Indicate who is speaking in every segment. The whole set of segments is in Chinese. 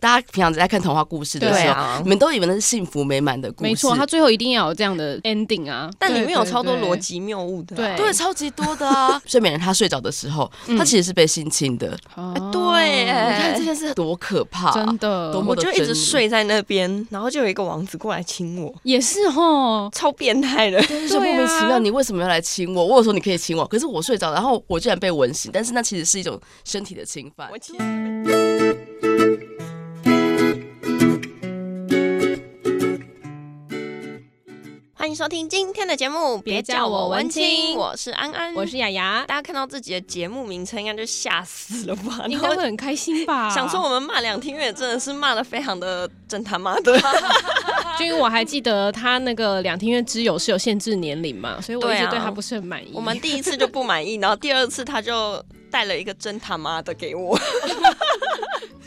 Speaker 1: 大家平常在看童话故事的
Speaker 2: 对
Speaker 1: 时候，
Speaker 3: 啊
Speaker 1: 你，们都以为那是幸福美满的故事，
Speaker 2: 没错，他最后一定要有这样的 ending 啊。
Speaker 3: 但里
Speaker 2: 对
Speaker 3: 面有超多
Speaker 2: 对对
Speaker 3: 逻辑谬误的啊、
Speaker 2: 对嗯
Speaker 1: 对，超级多的 啊！睡美人她睡着的时候，她其实是被性侵的。
Speaker 2: 哦
Speaker 3: 哎对耶
Speaker 1: 你看这件事多可怕、啊
Speaker 2: 真！的，
Speaker 1: 多么
Speaker 3: 我
Speaker 1: 的
Speaker 3: 就一直
Speaker 1: 狰狞
Speaker 3: 睡在那边，然后就有一个王子过来亲我，
Speaker 2: 也是哦吼，
Speaker 3: 超变态的。
Speaker 1: 就是说莫名其
Speaker 2: 对
Speaker 1: 妙，
Speaker 2: 啊
Speaker 1: 你为什么要来亲我？我有说你可以亲我，可是我睡着，然后我居然被吻醒，但是那其实是一种身体的侵 犯
Speaker 3: 我。其实欢迎收听今天的节目，
Speaker 2: 别叫我文青
Speaker 3: 我是安安，
Speaker 2: 我是雅雅，
Speaker 3: 大家看到自己的节目名称，应该就吓死了吧？
Speaker 2: 应
Speaker 3: 然
Speaker 2: 该
Speaker 3: 后
Speaker 2: 会很开心吧？
Speaker 3: 想说我们骂两厅院真的是骂的非常的真他妈的，
Speaker 2: 就因为我还记得他那个两厅院之友是有限制年龄嘛，所以我一
Speaker 3: 对
Speaker 2: 直
Speaker 3: 啊
Speaker 2: 对他不是很满意。
Speaker 3: 我们第一次就不满 意，然后第二次他就带了一个真他妈的给我，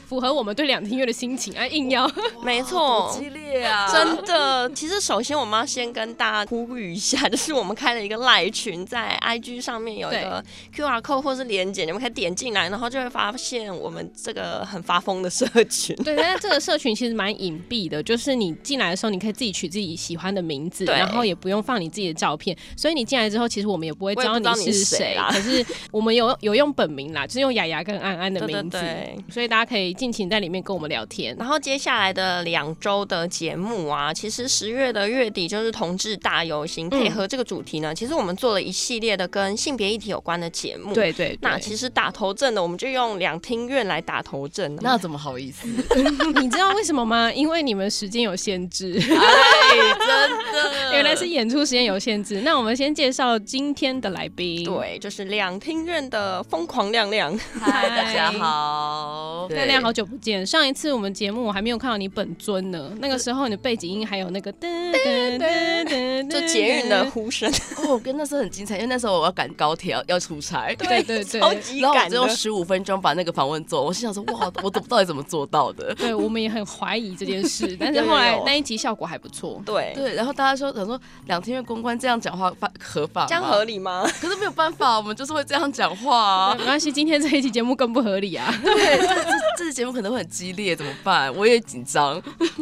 Speaker 2: 符合我们对两厅院的心情，哎，硬要
Speaker 3: 没
Speaker 1: 好
Speaker 3: 错。
Speaker 1: 激烈啊！
Speaker 3: 真的，其实首先我们要先跟大家呼吁一下，就是我们开了一个赖群，在 IG 上面有一个 QR code 或是连接，你们可以点进来，然后就会发现我们这个很发疯的社群。
Speaker 2: 对，但是这个社群其实蛮隐蔽的，就是你进来的时候，你可以自己取自己喜欢的名字，
Speaker 3: 对
Speaker 2: 然后也不用放你自己的照片，所以你进来之后，其实我们也不会
Speaker 3: 我也不
Speaker 2: 道
Speaker 3: 知道你
Speaker 2: 是
Speaker 3: 是谁啦
Speaker 2: 可是我们有有用本名啦，就是用雅雅跟安安的
Speaker 3: 对对
Speaker 2: 名字，
Speaker 3: 对
Speaker 2: 所以大家可以尽情在里面跟我们聊天。
Speaker 3: 然后接下来的两周的节目啊，其实十月的月底就是同志大游行，配合这个主题呢，其实我们做了一系列的跟性别议题有关的节目。，
Speaker 2: 对对对，
Speaker 3: 那其实打头阵的，我们就用两厅院来打头阵。
Speaker 1: 那怎么好意思？
Speaker 2: 你知道为什么吗？因为你们时间有限制，
Speaker 1: 哎， 真
Speaker 3: 嗯
Speaker 1: 的，
Speaker 2: 原来是演出时间有限制。那我们先介绍今天的来宾，，
Speaker 3: 对，就是两厅院的疯狂亮亮。
Speaker 1: 嗨， 大家好，
Speaker 2: 亮亮好久不见。上一次我们节目我还没有看到你本尊呢，那个时候你的背景音还有那个噔噔噔噔，
Speaker 3: 就捷运的，呼声，
Speaker 1: 对。哦，我跟那时候很精彩，因为那时候我要赶高铁，要要出差。
Speaker 2: 对对对。
Speaker 3: 超级
Speaker 1: 然后我
Speaker 3: 感
Speaker 1: 只
Speaker 3: 的
Speaker 1: 用。十五分钟把那个访问做完，我心想说哇，我怎么到底怎么做到的？
Speaker 2: 对，我们也很怀疑这件 事，但是
Speaker 3: 有有
Speaker 2: 后来
Speaker 3: 有
Speaker 2: 那一集效果还不错。
Speaker 3: 对，
Speaker 1: 对，然后大家说想说两天院公关这样讲话发合法吗？
Speaker 3: 这样合理吗？
Speaker 1: 可是没有办法，我们就是会这样讲话啊
Speaker 2: 对。没关系，今天这一集节目更不合理啊。
Speaker 1: 对， 这这这次节目可能会很激烈，怎么办？我也紧张。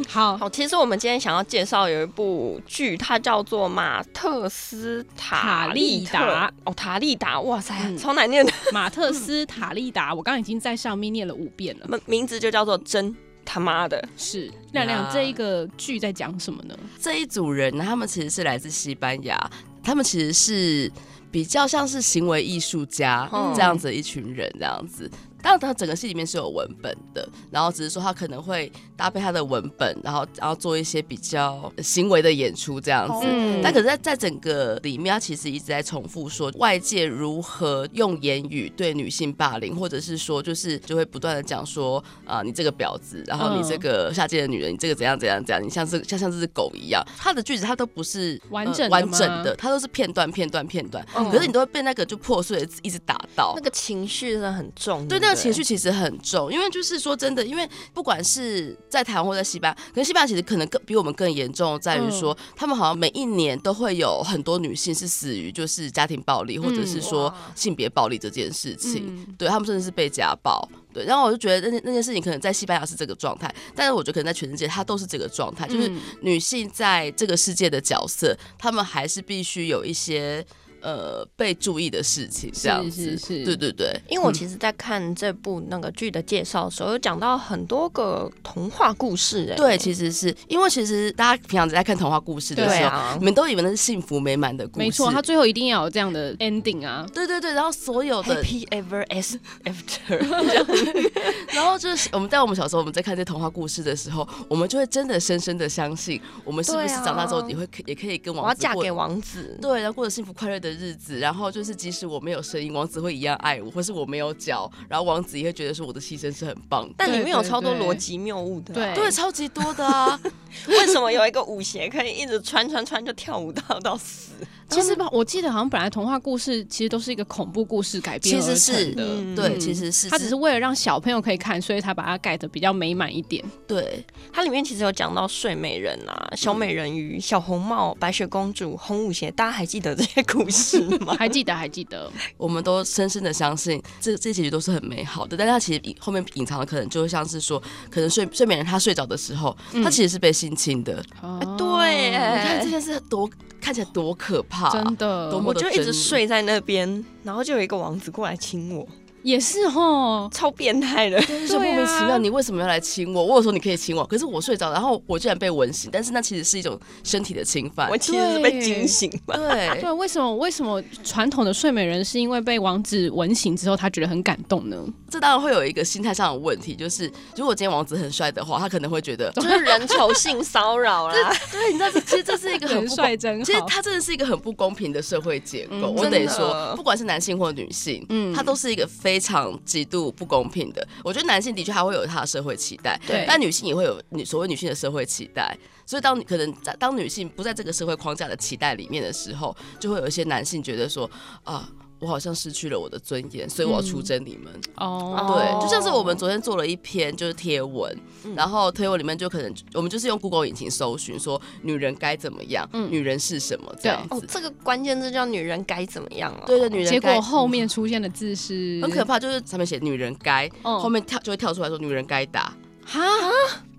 Speaker 2: 好，
Speaker 3: 好，其实我们今天想要介绍有一部剧，它叫做《马特斯塔利
Speaker 2: 塔利达
Speaker 3: 达》哦，塔利达，哇塞，
Speaker 2: 嗯
Speaker 3: 超难念的，
Speaker 2: 马特斯塔利达，我刚刚已经在上面念了五遍了。
Speaker 3: 名名字就叫做真他妈的，
Speaker 2: 是亮亮
Speaker 1: 呀
Speaker 2: 这一个剧在讲什么呢？
Speaker 3: 嗯
Speaker 1: 这一组人呢，他们其实是来自西班牙，他们其实是比较像是行为艺术家、
Speaker 3: 嗯
Speaker 1: 这样子的一群人，这样子。当然，他整个戏里面是有文本的，然后只是说他可能会搭配他的文本，然后然后做一些比较行为的演出这样
Speaker 3: 哦
Speaker 1: 子。
Speaker 2: 嗯
Speaker 1: 但可是在，在整个里面，他其实一直在重复说外界如何用言语对女性霸凌，或者是说就是就会不断的讲说啊、你这个婊子，然后你
Speaker 2: 嗯
Speaker 1: 这个下贱的女人，你这个怎样怎样怎样，你像是像像这只狗一样。他的句子他都不是呃
Speaker 2: 完整的
Speaker 1: 完
Speaker 2: 吗
Speaker 1: 整的，他都是片段片段片段，
Speaker 3: 嗯
Speaker 1: 可是你都会被那个就破碎的字一直打到
Speaker 3: 那。个情绪真的很重，
Speaker 1: 对，
Speaker 3: 不
Speaker 1: 那个情绪其实很重，因为就是说真的，因为不管是在台湾或在西班牙，可能西班牙其实可能更比我们更严重，在于说、他们好像每一年都会有很多女性是死于就是家庭暴力或者是说
Speaker 3: 嗯哇
Speaker 1: 性别暴力这件事情，
Speaker 2: 嗯
Speaker 1: 对他们甚至是被家暴。对，然后我就觉得那件那件事情可能在西班牙是这个状态，但是我觉得可能在全世界它都是这个状态，就是
Speaker 2: 嗯
Speaker 1: 女性在这个世界的角色，她们还是必须有一些呃被注意的事情，这样子，
Speaker 2: 是是是
Speaker 1: 对对对，
Speaker 3: 因为我其实，在看这部那个剧的介绍的时候，有讲到很多个童话故事、哎，
Speaker 1: 对，其实是因为其实大家平常在看童话故事的
Speaker 3: 对
Speaker 1: 时候，
Speaker 3: 啊
Speaker 1: 你们都以为那是幸福美满的故事，
Speaker 2: 没错，他最后一定要有这样的 ending 啊。
Speaker 1: 对对对，然后所有的，
Speaker 3: ，Happy Ever As After，
Speaker 1: 然后就是我们在我们小时候，我们在看这些童话故事的时候，我们就会真的深深的相信，我们是不
Speaker 3: 对
Speaker 1: 是
Speaker 3: 啊
Speaker 1: 长大之后也会可也可以跟
Speaker 3: 我要
Speaker 1: 王子
Speaker 3: 嫁
Speaker 1: 过
Speaker 3: 给王子，
Speaker 1: 对，然后过着幸福快乐的日子，然后就是即使我没有声音，王子会一样爱我，或是我没有脚，然后王子也会觉得说我的牺牲是很棒的，
Speaker 3: 但里面有
Speaker 2: 对对
Speaker 3: 超多
Speaker 2: 对
Speaker 3: 逻辑谬误的、
Speaker 2: 对
Speaker 1: 对，超级 多的啊，
Speaker 3: 为什么有一个舞鞋可以一直穿穿穿就跳舞到到死？
Speaker 2: 其实吧，我记得好像本来童话故事其实都是一个恐怖故事改
Speaker 1: 其
Speaker 2: 编
Speaker 1: 实是
Speaker 2: 而成的，
Speaker 3: 嗯
Speaker 1: 对，
Speaker 2: 嗯
Speaker 1: 其实是
Speaker 2: 它只是为了让小朋友可以看，所以才把它改的比较美满一 点。？
Speaker 1: 对
Speaker 3: 它里面其实有讲到睡美人啊、小美人鱼、小红帽、白雪公主、红舞鞋，大家还记得这些故事吗
Speaker 2: 还记得，还记 得，
Speaker 1: 我们都深深的相信这这结局都是很美好的，但它其实隐后面隐藏的可能就会像是说，可能睡睡美人她睡着的时候，
Speaker 2: 嗯
Speaker 1: 她其实是哎被性侵的。
Speaker 2: 哦
Speaker 3: 对耶
Speaker 1: 你看这件事多看起来多可怕、啊
Speaker 2: 真的，
Speaker 1: 多么
Speaker 3: 我
Speaker 1: 的
Speaker 3: 就一
Speaker 1: 狰狞
Speaker 3: 直睡在那边，然后就有一个王子过来亲我，
Speaker 2: 也是哦，
Speaker 3: 超变态的。
Speaker 1: 就是莫名其
Speaker 2: 对
Speaker 1: 妙，
Speaker 2: 啊
Speaker 1: 你为什么要来亲我？我有说你可以亲我，可是我睡着，然后我居然被吻醒，但是那其实是一种身体的侵犯
Speaker 3: 我。其实是被
Speaker 2: 对
Speaker 3: 惊醒 吧。
Speaker 1: 对，
Speaker 2: 对，为什么为什么传统的睡美人是因为被王子吻醒之后，他觉得很感动呢？
Speaker 1: 这当然会有一个心态上的问题，就是如果今天王子很帅的话，他可能会觉 得，
Speaker 3: 就是人丑性骚扰啦，
Speaker 1: 对，你知道，其实这是一个很
Speaker 2: 很
Speaker 1: 不
Speaker 2: 帅
Speaker 1: 公，
Speaker 2: 真
Speaker 1: 其实
Speaker 2: 好，
Speaker 1: 它真的是一个很不公平的社会结构。
Speaker 2: 嗯
Speaker 1: 我得
Speaker 3: 真的
Speaker 1: 说，不管是男性或女性，
Speaker 2: 嗯
Speaker 1: 它都是一个非常极度不公平的。我觉得男性的确还会有他的社会期待，
Speaker 2: 对
Speaker 1: 但女性也会有女所谓女性的社会期待。所以当可能在当女性不在这个社会框架的期待里面的时候，就会有一些男性觉得说啊。我好像失去了我的尊严，所以我要出征你们。
Speaker 2: 哦，
Speaker 1: 对，就像是我们昨天做了一篇就是贴文，
Speaker 3: 嗯
Speaker 1: 然后贴文里面就可能我们就是用 Google 引擎搜寻说女人该怎么样，
Speaker 2: 嗯
Speaker 1: 女人是什么这样
Speaker 3: 哦
Speaker 1: 子，。
Speaker 3: 这个关键字叫女人该怎么样啊？
Speaker 1: 对对，女人
Speaker 2: 结
Speaker 1: 该嗯
Speaker 2: 果后面出现的字是
Speaker 1: 很可怕，就是上面写女人该，
Speaker 2: 哦
Speaker 1: 后面跳就会跳出来说女人该打。
Speaker 2: 哈，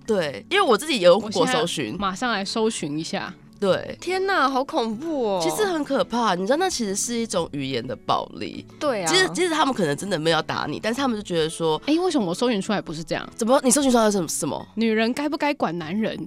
Speaker 1: 对，因为我自嗯己也有
Speaker 2: 我
Speaker 1: Google
Speaker 2: 现在
Speaker 1: 搜寻，
Speaker 2: 马上来搜寻一下，
Speaker 1: 对。
Speaker 3: 天哪，好恐怖哦！
Speaker 1: 其实很可怕，你知道那其实是一种语言的暴力。
Speaker 3: 对啊，
Speaker 1: 其实其实他们可能真的没有要打你，但是他们就觉得说，
Speaker 2: 哎，为什么我搜寻出来不是这样？
Speaker 1: 怎么你搜寻出来有什么什么？
Speaker 2: 女人该不该管男人？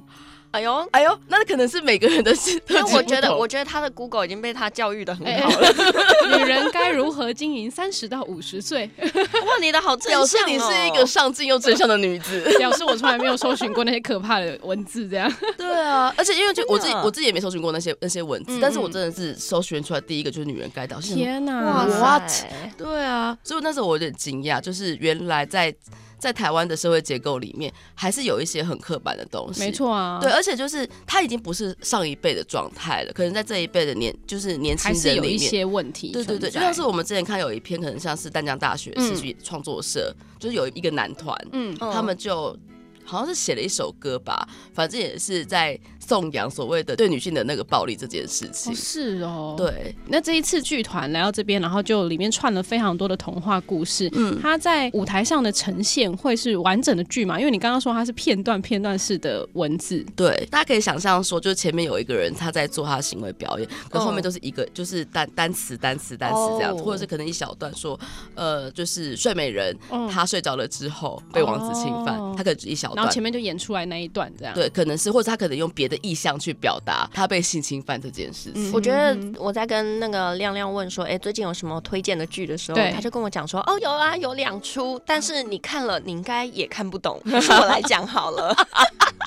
Speaker 3: 哎呦，
Speaker 1: 哎呦，那可能是每个人的 事。
Speaker 3: 因为
Speaker 1: 都
Speaker 3: 我觉
Speaker 1: 不
Speaker 3: 得，
Speaker 1: 同
Speaker 3: 我觉得他的 Google 已经被他教育的很
Speaker 2: 哎
Speaker 3: 好了。
Speaker 2: 女人该如何经营三十到五十岁？
Speaker 3: 哇，你的好正
Speaker 1: 表示
Speaker 3: 向哦！
Speaker 1: 你是一个上进又正向的女子。
Speaker 2: 表示我从来没有搜寻过那些可怕的文字，这样
Speaker 1: 对啊，而且因为就我自己
Speaker 3: 真的
Speaker 1: 我自己也没搜寻过那些那些文字，
Speaker 2: 嗯
Speaker 1: 但是我真的是搜寻出来第一个就是女人该倒。是什么
Speaker 2: 天哪！
Speaker 3: 哇
Speaker 1: 我
Speaker 3: 塞
Speaker 1: What？对啊，所以那时候我有点惊讶，就是原来在在台湾的社会结构里面，还是有一些很刻板的东西。
Speaker 2: 没。错啊，
Speaker 1: 对，，而且就是他已经不是上一辈的状态了，可能在这一辈的年，就是年轻
Speaker 2: 还是
Speaker 1: 人
Speaker 2: 有一
Speaker 1: 里面，
Speaker 2: 些问题
Speaker 1: 对
Speaker 2: 存在。
Speaker 1: 对对，就像是我们之前看有一篇，可能像是淡江大学戏剧创作社，就是有一个男团，
Speaker 2: 嗯
Speaker 3: 嗯
Speaker 1: 他们就好像是写了一首歌吧，反正也是在颂扬所谓的对女性的那个暴力这件事情
Speaker 2: 哦。是哦，。
Speaker 1: 对，
Speaker 2: 那这一次剧团来到这边，然后就里面串了非常多的童话故事。
Speaker 1: 嗯，
Speaker 2: 它在舞台上的呈现会是完整的剧嘛？因为你刚刚说它是片段片段式的文字，
Speaker 1: 对，大家可以想象说，就是前面有一个人他在做他的行为表演，可是后面
Speaker 3: 嗯
Speaker 1: 都是一个就是单单词单词单词这样子，
Speaker 3: 哦
Speaker 1: 或者是可能一小段说，呃，就是睡美人
Speaker 2: 嗯，
Speaker 1: 她睡着了之后被王子侵犯
Speaker 2: 哦，
Speaker 1: 她可能只一小
Speaker 2: 然
Speaker 1: 段
Speaker 2: 后。前面就演出来那一段这样。，
Speaker 1: 对，可能是，或者他可能用别的意象去表达他被性侵犯这件事情。
Speaker 2: 嗯
Speaker 3: 我觉得我在跟那个亮亮问说，哎、最近有什么推荐的剧的时候
Speaker 2: 对，
Speaker 3: 他就跟我讲说，哦，有啊，有两出，但是你看了，你应该也看不 懂，还是我来讲好 了。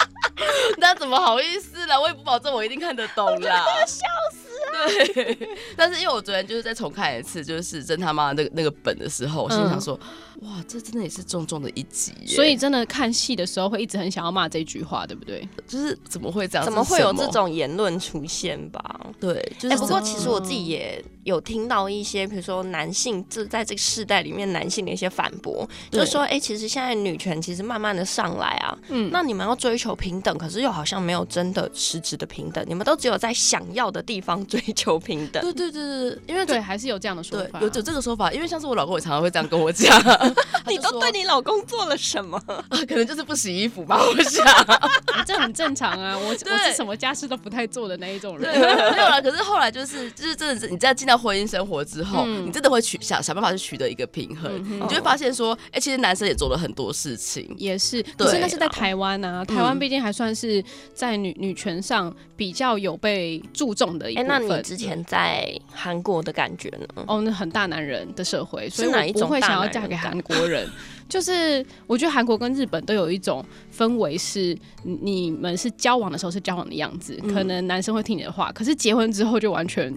Speaker 1: 那怎么好意思啦？我也不保证我一定看得懂 啦。笑
Speaker 2: 啊
Speaker 1: 死、对，但是因为我昨天就是再重看一次，就是真他妈那个那个本的时候，我心里想说，哇，这真的也是重重的一集耶。
Speaker 2: 嗯所以真的看戏的时候会一直很想要骂这句话，对不对？
Speaker 1: 就是怎么会这样？
Speaker 3: 怎么会有
Speaker 1: 是
Speaker 3: 这？种言论出现吧？
Speaker 1: 对，就是、
Speaker 3: 哎、不过其实我
Speaker 2: 嗯
Speaker 3: 自己也有听到一些，比如说男性就在这个世代里面男性的一些反驳，就
Speaker 1: 对
Speaker 3: 是说，哎、其实现在女权其实慢慢的上来啊，
Speaker 2: 嗯，
Speaker 3: 那你们要追求平等，可是又好像没有真的实质的平等，你们都只有在想要的地方追求平等。
Speaker 1: 对对对对，因为
Speaker 2: 对，
Speaker 1: 这。
Speaker 2: 还是有这样的说
Speaker 1: 对
Speaker 2: 法，，
Speaker 1: 有 有这个说法，因为像是我老公也常常会这样跟我讲， 他
Speaker 3: 你
Speaker 1: 就
Speaker 3: 都
Speaker 1: 说
Speaker 3: 对你老公做了什么？
Speaker 1: 啊可能就是不洗衣服吧，我想。
Speaker 2: 啊这很正常啊。我我 是
Speaker 1: 对
Speaker 2: 什么家事都不太做的那一种
Speaker 1: 对，
Speaker 2: 人，
Speaker 1: 没 有了。可是后来就是就是真的是你在进到婚姻生活之后，
Speaker 2: 嗯
Speaker 1: 你真的会取想想办法去取得一个平衡，
Speaker 2: 嗯哼
Speaker 1: 你就会发现说，哎、其实男生也做了很多事情。
Speaker 2: 也是，可是
Speaker 1: 对
Speaker 2: 那是在台湾啊，台湾
Speaker 1: 嗯
Speaker 2: 毕竟还算是在女女权上比较有被注重的一部
Speaker 3: 哎、
Speaker 2: 分。
Speaker 3: 那你之前在韩国的感觉呢？
Speaker 2: 哦，那很大男人的社会，所以
Speaker 3: 是哪一
Speaker 2: 我不
Speaker 3: 种
Speaker 2: 会
Speaker 3: 大
Speaker 2: 想要
Speaker 3: 男
Speaker 2: 嫁
Speaker 3: 人
Speaker 2: 给
Speaker 3: 感
Speaker 2: 韩国人。 就是我觉得韩国跟日本都有一种氛围，是你你们是交往的时候是交往的样子，可
Speaker 1: 嗯
Speaker 2: 能男生会听你的话，可是结婚之后就完全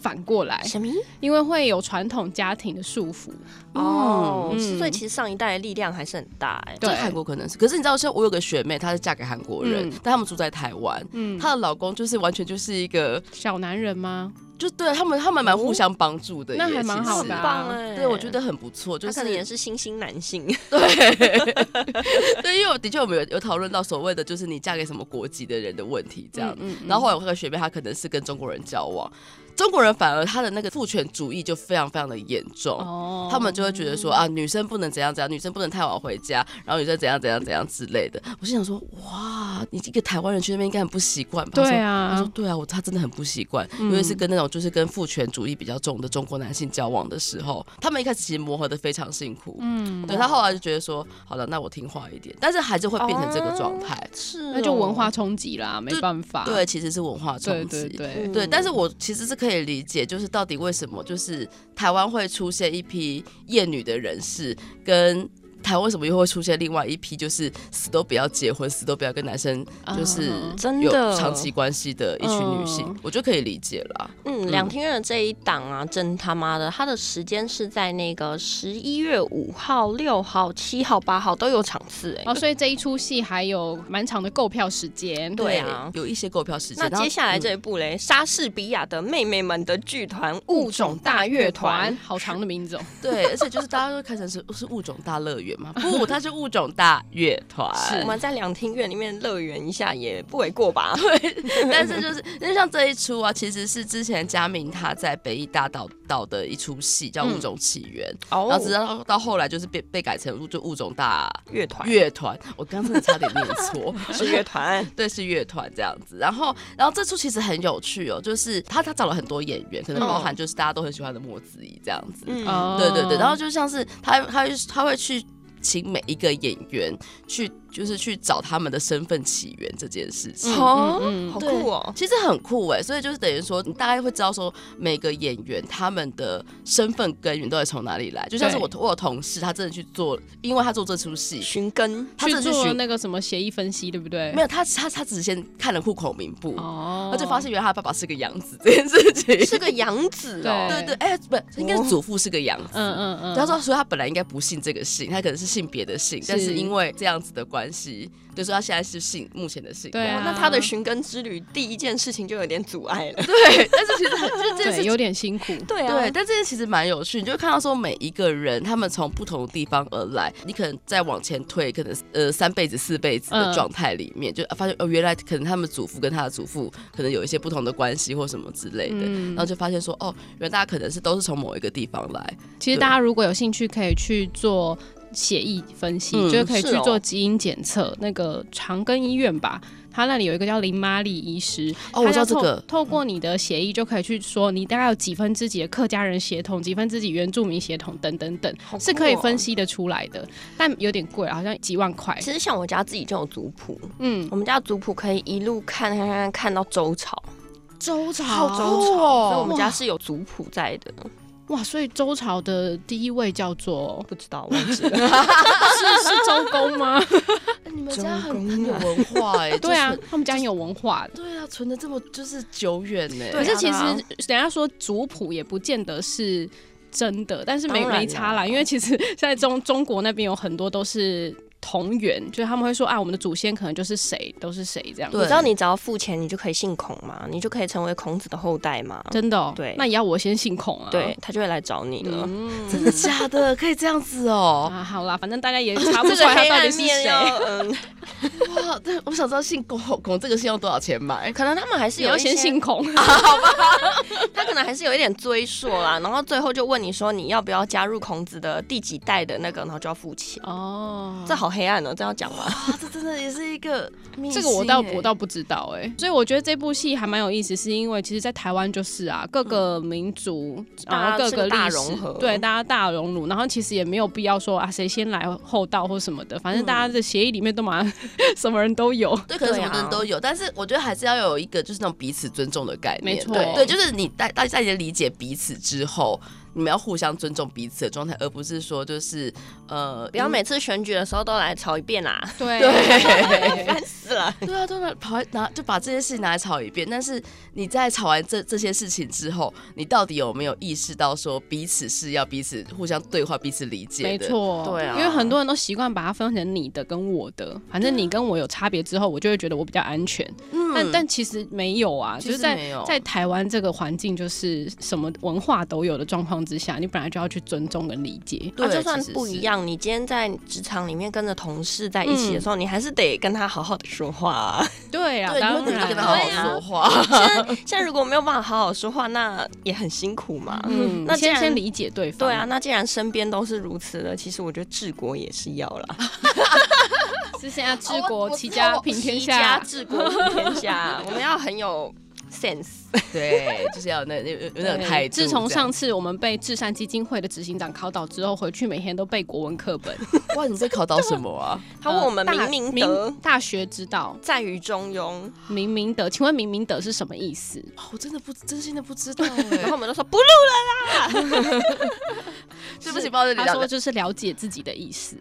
Speaker 2: 反过来，
Speaker 3: 什么？
Speaker 2: 因为会有传统家庭的束缚。
Speaker 3: 哦、
Speaker 2: 嗯
Speaker 3: 所以其实上一代的力量还是很大哎、
Speaker 1: 就
Speaker 2: 对
Speaker 1: 韩国可能是，可是你知道，像我有个学妹，她是嫁给韩国人，
Speaker 2: 嗯
Speaker 1: 但他们住在台湾，
Speaker 2: 嗯，
Speaker 1: 她的老公就是完全就是一个
Speaker 2: 小男人吗？
Speaker 1: 就对他们，他们蛮互相帮助的耶，
Speaker 2: 那还蛮
Speaker 1: 其
Speaker 2: 好
Speaker 1: 实
Speaker 2: 的啊
Speaker 3: 很棒哎、
Speaker 1: 对，我觉得很不错，就
Speaker 3: 他
Speaker 1: 是
Speaker 3: 可能 也是新兴男性，
Speaker 1: 对，对，因为我的确我们有有讨论到所谓的就是你嫁给什么国籍的人的问题这样。
Speaker 2: 嗯嗯嗯
Speaker 1: 然后后来我那个学妹她可能是跟中国人交往，中国人反而他的那个父权主义就非常非常的严重。
Speaker 2: 哦
Speaker 1: 他们就会觉得说啊，女生不能怎样怎样，女生不能太晚回家，然后女生怎样怎样怎样之类的。我心想说，哇，你一个台湾人去那边应该很不习惯吧？她
Speaker 2: 对
Speaker 1: 说他
Speaker 2: 啊
Speaker 1: 说，对啊，我他真的很不习惯，
Speaker 2: 嗯
Speaker 1: 因为是跟那种就是跟父权主义比较重的中国男性交往的时候，他们一开始其实磨合的非常辛苦。
Speaker 2: 嗯，
Speaker 1: 对他后来就觉得说，好了，那我听话一点，但是还是会变成这个状态。
Speaker 3: 是、哦
Speaker 2: 那就文化。冲击啦，没办法。
Speaker 1: 对，其实是文化冲
Speaker 2: 对
Speaker 1: 击。
Speaker 2: 哦对对，
Speaker 1: 对但是我其实是可以理解，就是到底为什么就是台湾会出现一批厌女的人士，跟台湾为什么又会出现另外一批就是死都不要结婚、死都不要跟男生就是
Speaker 2: 嗯
Speaker 3: 真
Speaker 1: 有
Speaker 3: 的
Speaker 1: 长期关系的一群女性，
Speaker 2: 嗯
Speaker 1: 我就可以理解了。
Speaker 3: 嗯，两厅院的这一档啊，真他妈的，它的时间是在那个十一月五号、六号、七号、八号都有场次哎、
Speaker 2: 哦，所以这一出戏还有蛮长的购票时间。
Speaker 3: 对啊
Speaker 1: 有一些购票时间。
Speaker 3: 那
Speaker 1: 然后
Speaker 3: 接下来这一
Speaker 1: 嗯
Speaker 3: 部嘞，莎士比亚的妹妹们的剧团物种大乐团，
Speaker 2: 好长的名字哦。
Speaker 1: 对，而且就是大家都会看成是是物种大乐园嘛， 不，它是物种大乐团。
Speaker 3: 哎我们在两厅院里面乐园一下也不为过吧？
Speaker 1: 但是就是因为像这一出啊，其实是之前佳明他在北艺大导导的一出戏叫《物种起源》
Speaker 3: 嗯哦
Speaker 1: 然后直到到后来就是被被改成就物种大
Speaker 3: 乐团
Speaker 1: 乐团，我刚刚真的差点念 错。
Speaker 3: 是乐团，
Speaker 1: 对，是乐团这样子，然后，然后这出其实很有趣哦，就是他他找了很多演员，可能包
Speaker 2: 嗯
Speaker 1: 含就是大家都很喜欢的莫子仪这样子，
Speaker 3: 嗯，
Speaker 2: 哦，
Speaker 1: 对对对，然后就像是他他会他会去请每一个演员去，就是去找他们的身份起源这件事情。
Speaker 3: 哦
Speaker 2: 嗯嗯嗯
Speaker 3: 好
Speaker 1: 对
Speaker 3: 酷哦，
Speaker 1: 其实很酷哎，所以就是等于说，你大概会知道说每个演员他们的身份根源到底从哪里来。就像是我我有同事，他真的去做，因为他做这出戏，
Speaker 3: 寻根，
Speaker 1: 他
Speaker 2: 去
Speaker 1: 真的去
Speaker 2: 做
Speaker 1: 寻
Speaker 2: 那个什么协议分析，对不对？
Speaker 1: 没有他他他只是先看了户口名簿，
Speaker 2: 哦，
Speaker 1: 他就发现原来他爸爸是个养子这件事情。
Speaker 3: 是个养子 哦，
Speaker 1: 对对，哎，不应该是祖父是个养子。
Speaker 2: 嗯嗯嗯，
Speaker 1: 他说，所以他本来应该不信这个姓，他可能是信别的姓，
Speaker 2: 是
Speaker 1: 但是因为这样子的关系，就说他现在是信目前的姓。
Speaker 2: 对啊
Speaker 3: 哦哇那他的寻根之旅第一件事情就有点阻碍了。
Speaker 1: 对，但是其实很就这件事
Speaker 2: 对，
Speaker 1: 情
Speaker 2: 有点辛苦。
Speaker 3: 对啊
Speaker 1: 对，啊但这些其实蛮有趣，你就会看到说每一个人他们从不同的地方而来，你可能再往前推，可能呃三辈子、四辈子的
Speaker 2: 嗯
Speaker 1: 状态里面，就发现哦，原来可能他们祖父跟他的祖父可能有一些不同的关系或什么之类的，
Speaker 2: 嗯
Speaker 1: 然后就发现说哦，原来大家可能是都是从某一个地方来，
Speaker 2: 其实
Speaker 1: 对
Speaker 2: 大家如果有兴趣，可以去做血议分析，
Speaker 1: 嗯
Speaker 2: 就是可以
Speaker 3: 是
Speaker 2: 去
Speaker 3: 哦
Speaker 2: 做基因检测。那个长庚医院吧，他那里有一个叫林玛丽医师，
Speaker 1: 哦
Speaker 2: 他
Speaker 1: 我知道
Speaker 2: 就
Speaker 1: 这个
Speaker 2: 透透过你的血议就可以去说你大概有几分之几的客家人血统，几分之几原住民血统等等等，
Speaker 3: 好酷哦
Speaker 2: 是可以分析的出来的，但有点贵，好像几万块。
Speaker 3: 其实像我家自己就有族谱，
Speaker 2: 嗯，
Speaker 3: 我们家的族谱可以一路看看看看到周朝，
Speaker 2: 周朝
Speaker 3: 到周朝，
Speaker 1: 哦
Speaker 3: 所以我们家是有族谱在的。
Speaker 2: 哇，所以周朝的第一位叫 做
Speaker 3: 不知道，忘 记了。
Speaker 2: 是是周公吗？
Speaker 1: 哎你们
Speaker 3: 家很很有
Speaker 1: 文 化哎、
Speaker 2: 对啊，，他们家很有文化的。
Speaker 1: 对啊，存的这么就是久远呢、
Speaker 3: 对
Speaker 2: 可是
Speaker 3: 啊
Speaker 2: 其实
Speaker 3: 啊
Speaker 2: 人家说族谱也不见得是真的，但是没
Speaker 3: 当然
Speaker 2: 没差啦，
Speaker 3: 啦
Speaker 2: 因为其实在中中国那边有很多都是同源，就是他们会说啊，我们的祖先可能就是谁都是谁这样。
Speaker 1: 对
Speaker 3: 你知道你只要付钱，你就可以姓孔吗？你就可以成为孔子的后代吗？
Speaker 2: 真的、哦，
Speaker 3: 对
Speaker 2: 那也要我先信孔啊。
Speaker 3: 对，他就会来找你了。
Speaker 2: 嗯，
Speaker 1: 真的假的？可以这样子哦、
Speaker 2: 啊，好啦，反正大家 也查不
Speaker 3: 这
Speaker 2: 出
Speaker 3: 个
Speaker 2: 来他
Speaker 3: 黑
Speaker 2: 到底
Speaker 3: 暗
Speaker 2: 是
Speaker 3: 面
Speaker 2: 谁。
Speaker 3: 要，嗯，
Speaker 1: 哇，对，我想知道姓龚龚这个姓要多少钱买？
Speaker 3: 可能他们还是
Speaker 2: 你
Speaker 3: 有
Speaker 2: 要
Speaker 3: 一些
Speaker 2: 先，信 孔，
Speaker 3: 他可能还是有一点追溯啦。然后最后就问你说你要不要加入孔子的第几代的那个，然后就要付钱。
Speaker 2: 哦
Speaker 3: 这好黑暗哦，这要讲
Speaker 2: 嗯
Speaker 3: 吗？
Speaker 1: 啊，这真的也是一个秘
Speaker 2: 这个我倒
Speaker 1: 辛欸
Speaker 2: 我倒不知道哎、所以我觉得这部戏还蛮有意思，是因为其实，在台湾就是啊，各个民族，然后
Speaker 3: 嗯大家
Speaker 2: 各
Speaker 3: 是
Speaker 2: 个
Speaker 3: 个
Speaker 2: 历
Speaker 3: 大
Speaker 2: 史
Speaker 3: 融合
Speaker 2: 对，大家大熔炉，然后其实也没有必要说啊，谁先来后到或什么的，反正大
Speaker 3: 嗯
Speaker 2: 家的协议里面都蛮 什么人都有。
Speaker 1: 对，可能
Speaker 3: 对
Speaker 1: 什么
Speaker 3: 啊
Speaker 1: 人都有，但是我觉得还是要有一个就是那种彼此尊重的概念。
Speaker 2: 没错
Speaker 1: 对对，就是你大大家也理解彼此之后，你们要互相尊重彼此的状态，而不是说就是呃，
Speaker 3: 不要
Speaker 1: 因
Speaker 3: 每次选举的时候都来吵一遍啦，
Speaker 2: 对
Speaker 1: 对
Speaker 3: 烦 死了。
Speaker 1: 对啊，对啊，跑来拿就把这些事情拿来吵一遍。但是你在吵完这这些事情之后，你到底有没有意识到说彼此是要彼此互相对话、彼此理解的？
Speaker 2: 没，错，
Speaker 3: 对啊
Speaker 2: 因为很多人都习惯把它分成你的跟我的，反正你跟我有差别之后，我就会觉得我比较安全。
Speaker 1: 嗯
Speaker 2: 但但其实没有啊，
Speaker 1: 其
Speaker 2: 就是
Speaker 1: 实
Speaker 2: 在
Speaker 1: 没有
Speaker 2: 在台湾这个环境，就是什么文化都有的状况之下，你本来就要去尊重跟理解。
Speaker 1: 对
Speaker 3: 啊，就算
Speaker 1: 其实
Speaker 3: 不一
Speaker 1: 是
Speaker 3: 样，你今天在职场里面跟着同事在一
Speaker 1: 嗯
Speaker 3: 起的时候，你还是得跟他好好的说话、 啊。
Speaker 2: 对啊，
Speaker 1: 对，你
Speaker 2: 当
Speaker 1: 会努力
Speaker 2: 然
Speaker 1: 跟他好
Speaker 3: 对啊
Speaker 1: 好说 话。
Speaker 3: 现在如果没有办法好好说话，那也很辛苦嘛。
Speaker 2: 嗯，
Speaker 3: 那既
Speaker 2: 先
Speaker 3: 然
Speaker 2: 先理解对方。
Speaker 3: 对啊，，那既然身边都是如此的，其实我觉得治国也是要啦。
Speaker 2: 是现在治
Speaker 1: 我
Speaker 2: 国
Speaker 1: 我
Speaker 2: 齐家平天下
Speaker 3: 齐家。治国平天 下，啊我们要很有 sense。
Speaker 1: 对，就是要有那那有有那种态度。
Speaker 2: 自从
Speaker 1: 这样
Speaker 2: 上次我们被至善基金会的执行长考倒之后，回去每天都背国文课本。
Speaker 1: 哇，你在考到什么 啊？
Speaker 3: 他问我们
Speaker 2: 大
Speaker 3: 明明德
Speaker 2: 大学之道，
Speaker 3: 在于中庸，
Speaker 2: 明明德，请问明明德是什么意思？
Speaker 1: 哇哦我真的不真心的不知道
Speaker 3: 然
Speaker 1: 哎
Speaker 3: 后。我们都说不录。
Speaker 1: 对不起，抱歉，
Speaker 2: 他说就是了解自己的意思。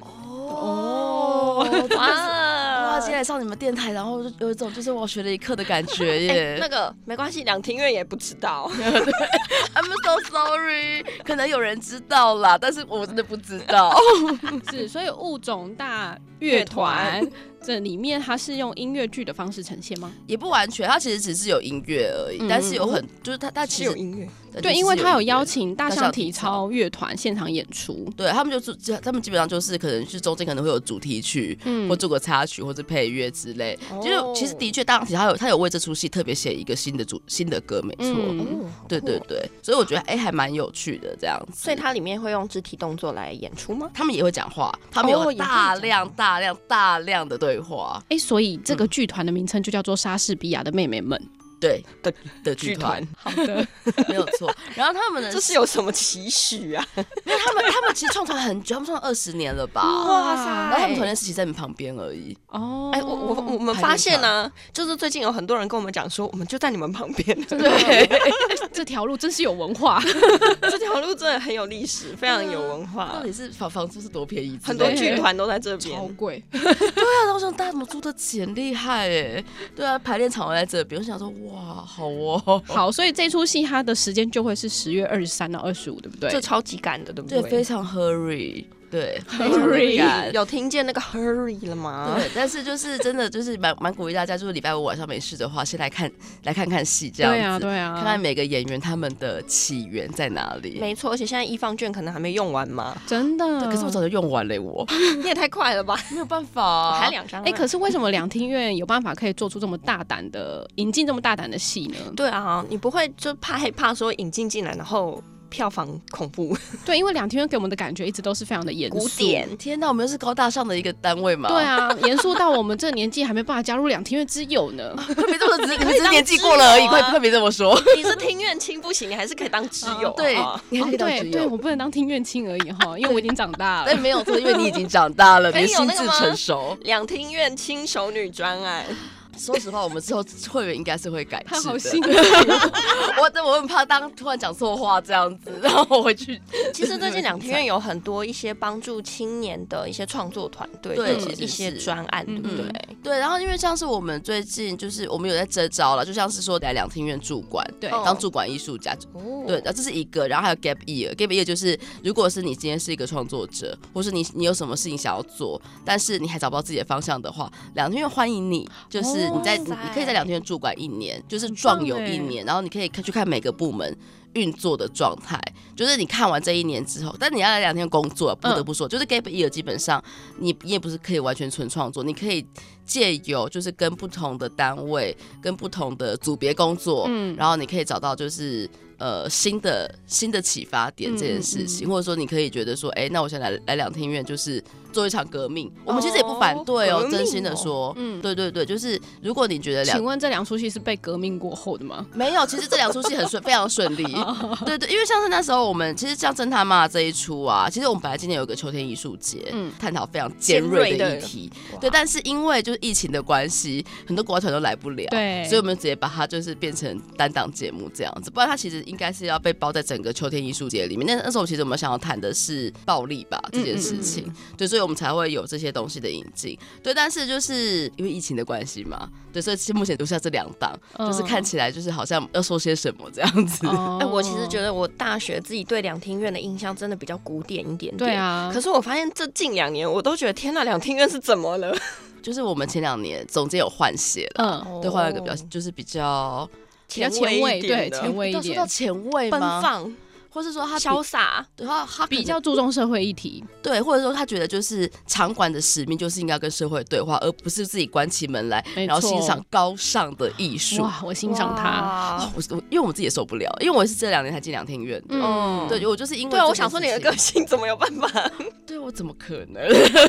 Speaker 1: 哦，哇，哦
Speaker 3: 哇
Speaker 1: 今天来上你们电台，然后就有一种就是我学了一课的感觉
Speaker 3: 哎
Speaker 1: 耶。
Speaker 3: 那个没关系，两庭院也不知道。
Speaker 1: I'm so sorry，可 能有人知道啦，但是我真的不知 道。
Speaker 2: 是，所以物种大乐
Speaker 3: 乐
Speaker 2: 团
Speaker 3: 团
Speaker 2: 这里面，它是用音乐剧的方式呈现吗？
Speaker 1: 也不完全，它其实只是有音乐而已，
Speaker 2: 嗯
Speaker 1: 但是有很就是它它其
Speaker 3: 是
Speaker 1: 实
Speaker 3: 有音乐，
Speaker 1: 呃
Speaker 2: 对，因为它有邀
Speaker 1: 请。
Speaker 2: 请大
Speaker 1: 大
Speaker 2: 象
Speaker 1: 象
Speaker 2: 体
Speaker 1: 体
Speaker 2: 操乐团现场演出。
Speaker 1: 对他们就是，他们基本上就是可能是中间可能会有主题曲，
Speaker 2: 嗯
Speaker 1: 或做个插曲，或者配乐之类。
Speaker 3: 哦
Speaker 1: 就是其实的确，大象体他有他有为这出戏特别写一个新的主新的歌，没错。
Speaker 2: 嗯
Speaker 3: 哦
Speaker 1: 对对，对，所以我觉得哎、还蛮有趣的这样子。
Speaker 3: 所以它里面会用肢体动作来演出吗？
Speaker 1: 他们也会讲话，他们
Speaker 3: 哦
Speaker 1: 有
Speaker 3: 也会
Speaker 1: 大
Speaker 3: 讲
Speaker 1: 量大量大量的对话。
Speaker 2: 哎、所以这个剧团的名称就叫做莎士比亚的妹妹们。
Speaker 1: 对
Speaker 3: 的
Speaker 1: 的剧团呃
Speaker 2: 好 的，
Speaker 1: 没有 错，然后他们的
Speaker 3: 这是有什么期许啊？
Speaker 1: 因为他们他们其实创团很久，他们创了二十年了 吧？
Speaker 3: 哇
Speaker 2: 塞
Speaker 1: 然后他们团练时期在你旁边而已。
Speaker 2: 哦，
Speaker 3: 哎，我我我们发现呢、就是最近有很多人跟我们讲说，我们就在你们旁边，
Speaker 1: 对，
Speaker 2: 这条路真是有文化，
Speaker 3: 这条路真的很有历史，非常有文
Speaker 1: 到
Speaker 3: 化，
Speaker 1: 底是房房租是多便宜之类的？
Speaker 3: 啊很多
Speaker 2: 对
Speaker 3: 剧团都在这边。
Speaker 2: 贵。
Speaker 1: 对啊，我想大家怎么租得起，很厉害哎。对啊，排练场在这边，我想说哇，好哦，
Speaker 2: 好，所以这出戏它的时间就会是十月二十三到二十五，对不对？
Speaker 3: 就超级赶的，对不
Speaker 1: 对，非
Speaker 3: 对？
Speaker 1: 常 hurry，对
Speaker 2: Hurry
Speaker 1: 赶
Speaker 3: 有听见那个 hurry 了吗？
Speaker 1: 对，但是就是真的就是蛮蛮鼓励大家，就是礼拜五晚上没事的话，先来看 来看看戏这样子，
Speaker 2: 对啊，对
Speaker 1: 看看
Speaker 2: 啊，
Speaker 1: 每个演员他们的起源在哪里。
Speaker 3: 没错，而且现在一 E 放券可能还没用完 嘛，
Speaker 2: 真的。
Speaker 1: 对可是我早就用完了，欸我
Speaker 3: 你也太快了吧？
Speaker 1: 没有办法、
Speaker 3: 我
Speaker 1: 啊
Speaker 3: 还。两张呢。
Speaker 2: 哎、可是为什么两厅院有办法可以做出这么大胆的引进这么大胆的戏呢？
Speaker 3: 对啊，你不会就怕害怕说引进进来，然后票房恐怖？
Speaker 2: 对，因为两厅院给我们的感觉一直都是非常的严肃，
Speaker 3: 古典
Speaker 1: 天哪，我们又是高大上的一个单位嘛？
Speaker 2: 对，啊，严肃到我们这年纪还没办法加入两厅院之友呢。
Speaker 1: 快别这么说，只是你
Speaker 3: 可
Speaker 1: 们
Speaker 3: 以
Speaker 1: 只是
Speaker 3: 当
Speaker 1: 年纪
Speaker 3: 挚
Speaker 1: 过了而已，
Speaker 3: 友
Speaker 1: 快
Speaker 3: 啊
Speaker 1: 快别这么说。
Speaker 3: 你是听院亲不行，你还是可以当挚友、啊。
Speaker 1: 对，你还
Speaker 2: 哦
Speaker 1: 可以当
Speaker 2: 对
Speaker 1: 挚
Speaker 2: 对，
Speaker 1: 友
Speaker 2: 我不能当听院亲而已哈，因为我已经长大
Speaker 1: 对，
Speaker 2: 了。
Speaker 1: 没有错，因为你已经长大 了，
Speaker 3: 可以
Speaker 1: 你的
Speaker 3: 有
Speaker 1: 心
Speaker 3: 那个
Speaker 1: 智
Speaker 3: 吗
Speaker 1: 成熟。
Speaker 3: 两厅院亲手女专案，
Speaker 1: 说实话，我们之后会员应该是会改
Speaker 2: 他
Speaker 1: 制
Speaker 2: 好
Speaker 1: 的。
Speaker 2: 幸
Speaker 1: 我真我很怕当突然讲错话这样子， 然后我回去。
Speaker 3: 其实最近两厅院有很多一些帮助青年的一些创作团队
Speaker 1: 对
Speaker 3: 的
Speaker 1: 其实
Speaker 3: 一些
Speaker 1: 是
Speaker 3: 专案，对不对？
Speaker 1: 对，然后因为像是我们最近就是我们有在征招了，就像是说来两厅院驻馆，
Speaker 2: 对
Speaker 3: 哦
Speaker 1: 当驻馆艺术家。
Speaker 3: 哦
Speaker 1: 对，然后这是一个，然后还有 gap year，gap year 就是如果是你今天是一个创作者，或是你你有什么事情想要做，但是你还找不到自己的方向的话，两天院欢迎你，就是你在、
Speaker 3: 哦
Speaker 1: 你
Speaker 3: 哇塞
Speaker 1: 你可以在两天院驻馆一年，就是
Speaker 2: 棒
Speaker 1: 壮游
Speaker 2: 欸
Speaker 1: 一年，然后你可以看去看每个部门。运作的状态，就是你看完这一年之后，但你要来两天工作，不
Speaker 3: 嗯
Speaker 1: 得不说，就是 gap year 基本上你你也不是可以完全纯创作，你可以借由就是跟不同的单位、跟不同的组别工作，
Speaker 2: 嗯
Speaker 1: 然后你可以找到就是呃新的新的启发点这件事
Speaker 3: 嗯
Speaker 1: 情，或者说你可以觉得说，哎、那我先来来两厅院，就是做一场革命。我们其实也不反对哦，
Speaker 3: 哦革命哦
Speaker 1: 真心的说，
Speaker 2: 嗯，
Speaker 1: 对对对，就是如果你觉得两
Speaker 2: 请问这两出戏是被革命过后的吗？
Speaker 1: 没有，其实这两出戏很顺，非常 顺利。
Speaker 3: 哦
Speaker 1: 对对，因为像是那时候我们其实像侦探妈这一出啊，其实我们本来今年有个秋天艺术节，
Speaker 2: 嗯
Speaker 1: 探讨非常尖锐
Speaker 3: 尖锐
Speaker 1: 的
Speaker 3: 的
Speaker 1: 议题。对，
Speaker 3: 对，但
Speaker 1: 但是因为就是疫情的关系，很多国外团都来不了，
Speaker 2: 对啊
Speaker 1: 所以我们直接把它就是变成单档节目这样子，不然它其实应该是要被包在整个秋天艺术节里面。那那时候其实我们想要谈的是暴力吧这件事
Speaker 2: 嗯
Speaker 1: 情，对，所以我们才会有这些东西的引进。对，但是就是因为疫情的关系嘛，对，所以其实目前留下这两档，就是
Speaker 2: 嗯
Speaker 1: 看起来就是好像要说些什么这样 子。
Speaker 2: 哦
Speaker 3: 哎、我其实觉得我大学自己对两厅院的印象真的比较古典一点点。
Speaker 2: 对。啊，
Speaker 3: 可是我发现这近两年，我都觉得天呐，两厅院是怎么了？
Speaker 1: 就是我们前两年总监有换血了，
Speaker 2: 嗯，
Speaker 1: 对，换了一个比较就是比较
Speaker 2: 比较前卫，对，前卫
Speaker 3: 卫
Speaker 2: 一
Speaker 1: 要说到
Speaker 2: 点，
Speaker 1: 前卫
Speaker 3: 一点的奔
Speaker 1: 吗？
Speaker 3: 放、
Speaker 1: 或是说他比
Speaker 3: 潇洒，
Speaker 1: 对他他可能
Speaker 2: 比较注重社会议题，
Speaker 1: 对，或者说他觉得就是场馆的使命就是应该跟社会对话，而不是自己关起门来
Speaker 2: 没
Speaker 1: 然后
Speaker 2: 错
Speaker 1: 欣赏高尚的艺术。
Speaker 2: 哇，我欣赏他，
Speaker 1: 啊
Speaker 3: 哇。
Speaker 1: 我我因为我自己也受不了，因为我是这两年才进两天院的。
Speaker 2: 嗯，
Speaker 1: 对，我就是因为
Speaker 3: 对啊，
Speaker 1: 这
Speaker 3: 我
Speaker 1: 件
Speaker 3: 想说
Speaker 1: 事
Speaker 3: 你的
Speaker 1: 情
Speaker 3: 个性怎么有办 法？
Speaker 1: 对我怎么可能？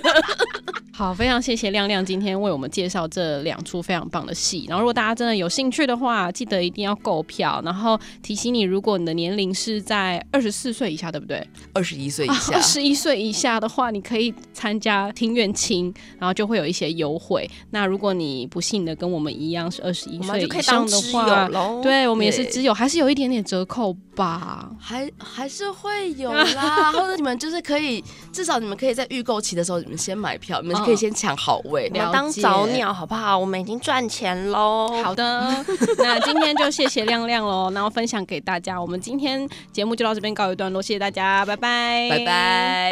Speaker 2: 好，非常谢谢亮亮今天为我们介绍这两出非常棒的戏。然后，如果大家真的有兴趣的话，记得一定要购票。然后提醒你，如果你的年龄是在二十四岁以下，对不对？啊
Speaker 1: 二十一
Speaker 3: 啊
Speaker 1: 岁以下
Speaker 2: 二，十一岁以下的话，你可以参加听院青，然后就会有一些优惠。那如果你不幸的跟我们一样是二十一
Speaker 3: 我们
Speaker 2: 岁
Speaker 3: 就可
Speaker 2: 以
Speaker 3: 以
Speaker 2: 上
Speaker 3: 当
Speaker 2: 的
Speaker 3: 挚友
Speaker 2: 话，
Speaker 3: 喽。，
Speaker 2: 对我们也是
Speaker 1: 对
Speaker 2: 只有还是有一点点折扣吧。
Speaker 1: 还还是会有啦。或者你们就是可以，至少你们可以在预购期的时候，你们先买票，你们可以
Speaker 2: 嗯
Speaker 1: 先抢好位
Speaker 3: 我。们
Speaker 2: 了
Speaker 3: 当
Speaker 2: 解
Speaker 3: 早鸟好不好？我们已经赚钱喽。
Speaker 2: 好的，那今天就谢谢亮亮喽，然后分享给大家。我们今天节目就到这边告一段落，谢谢大家，拜拜，
Speaker 1: 拜。拜。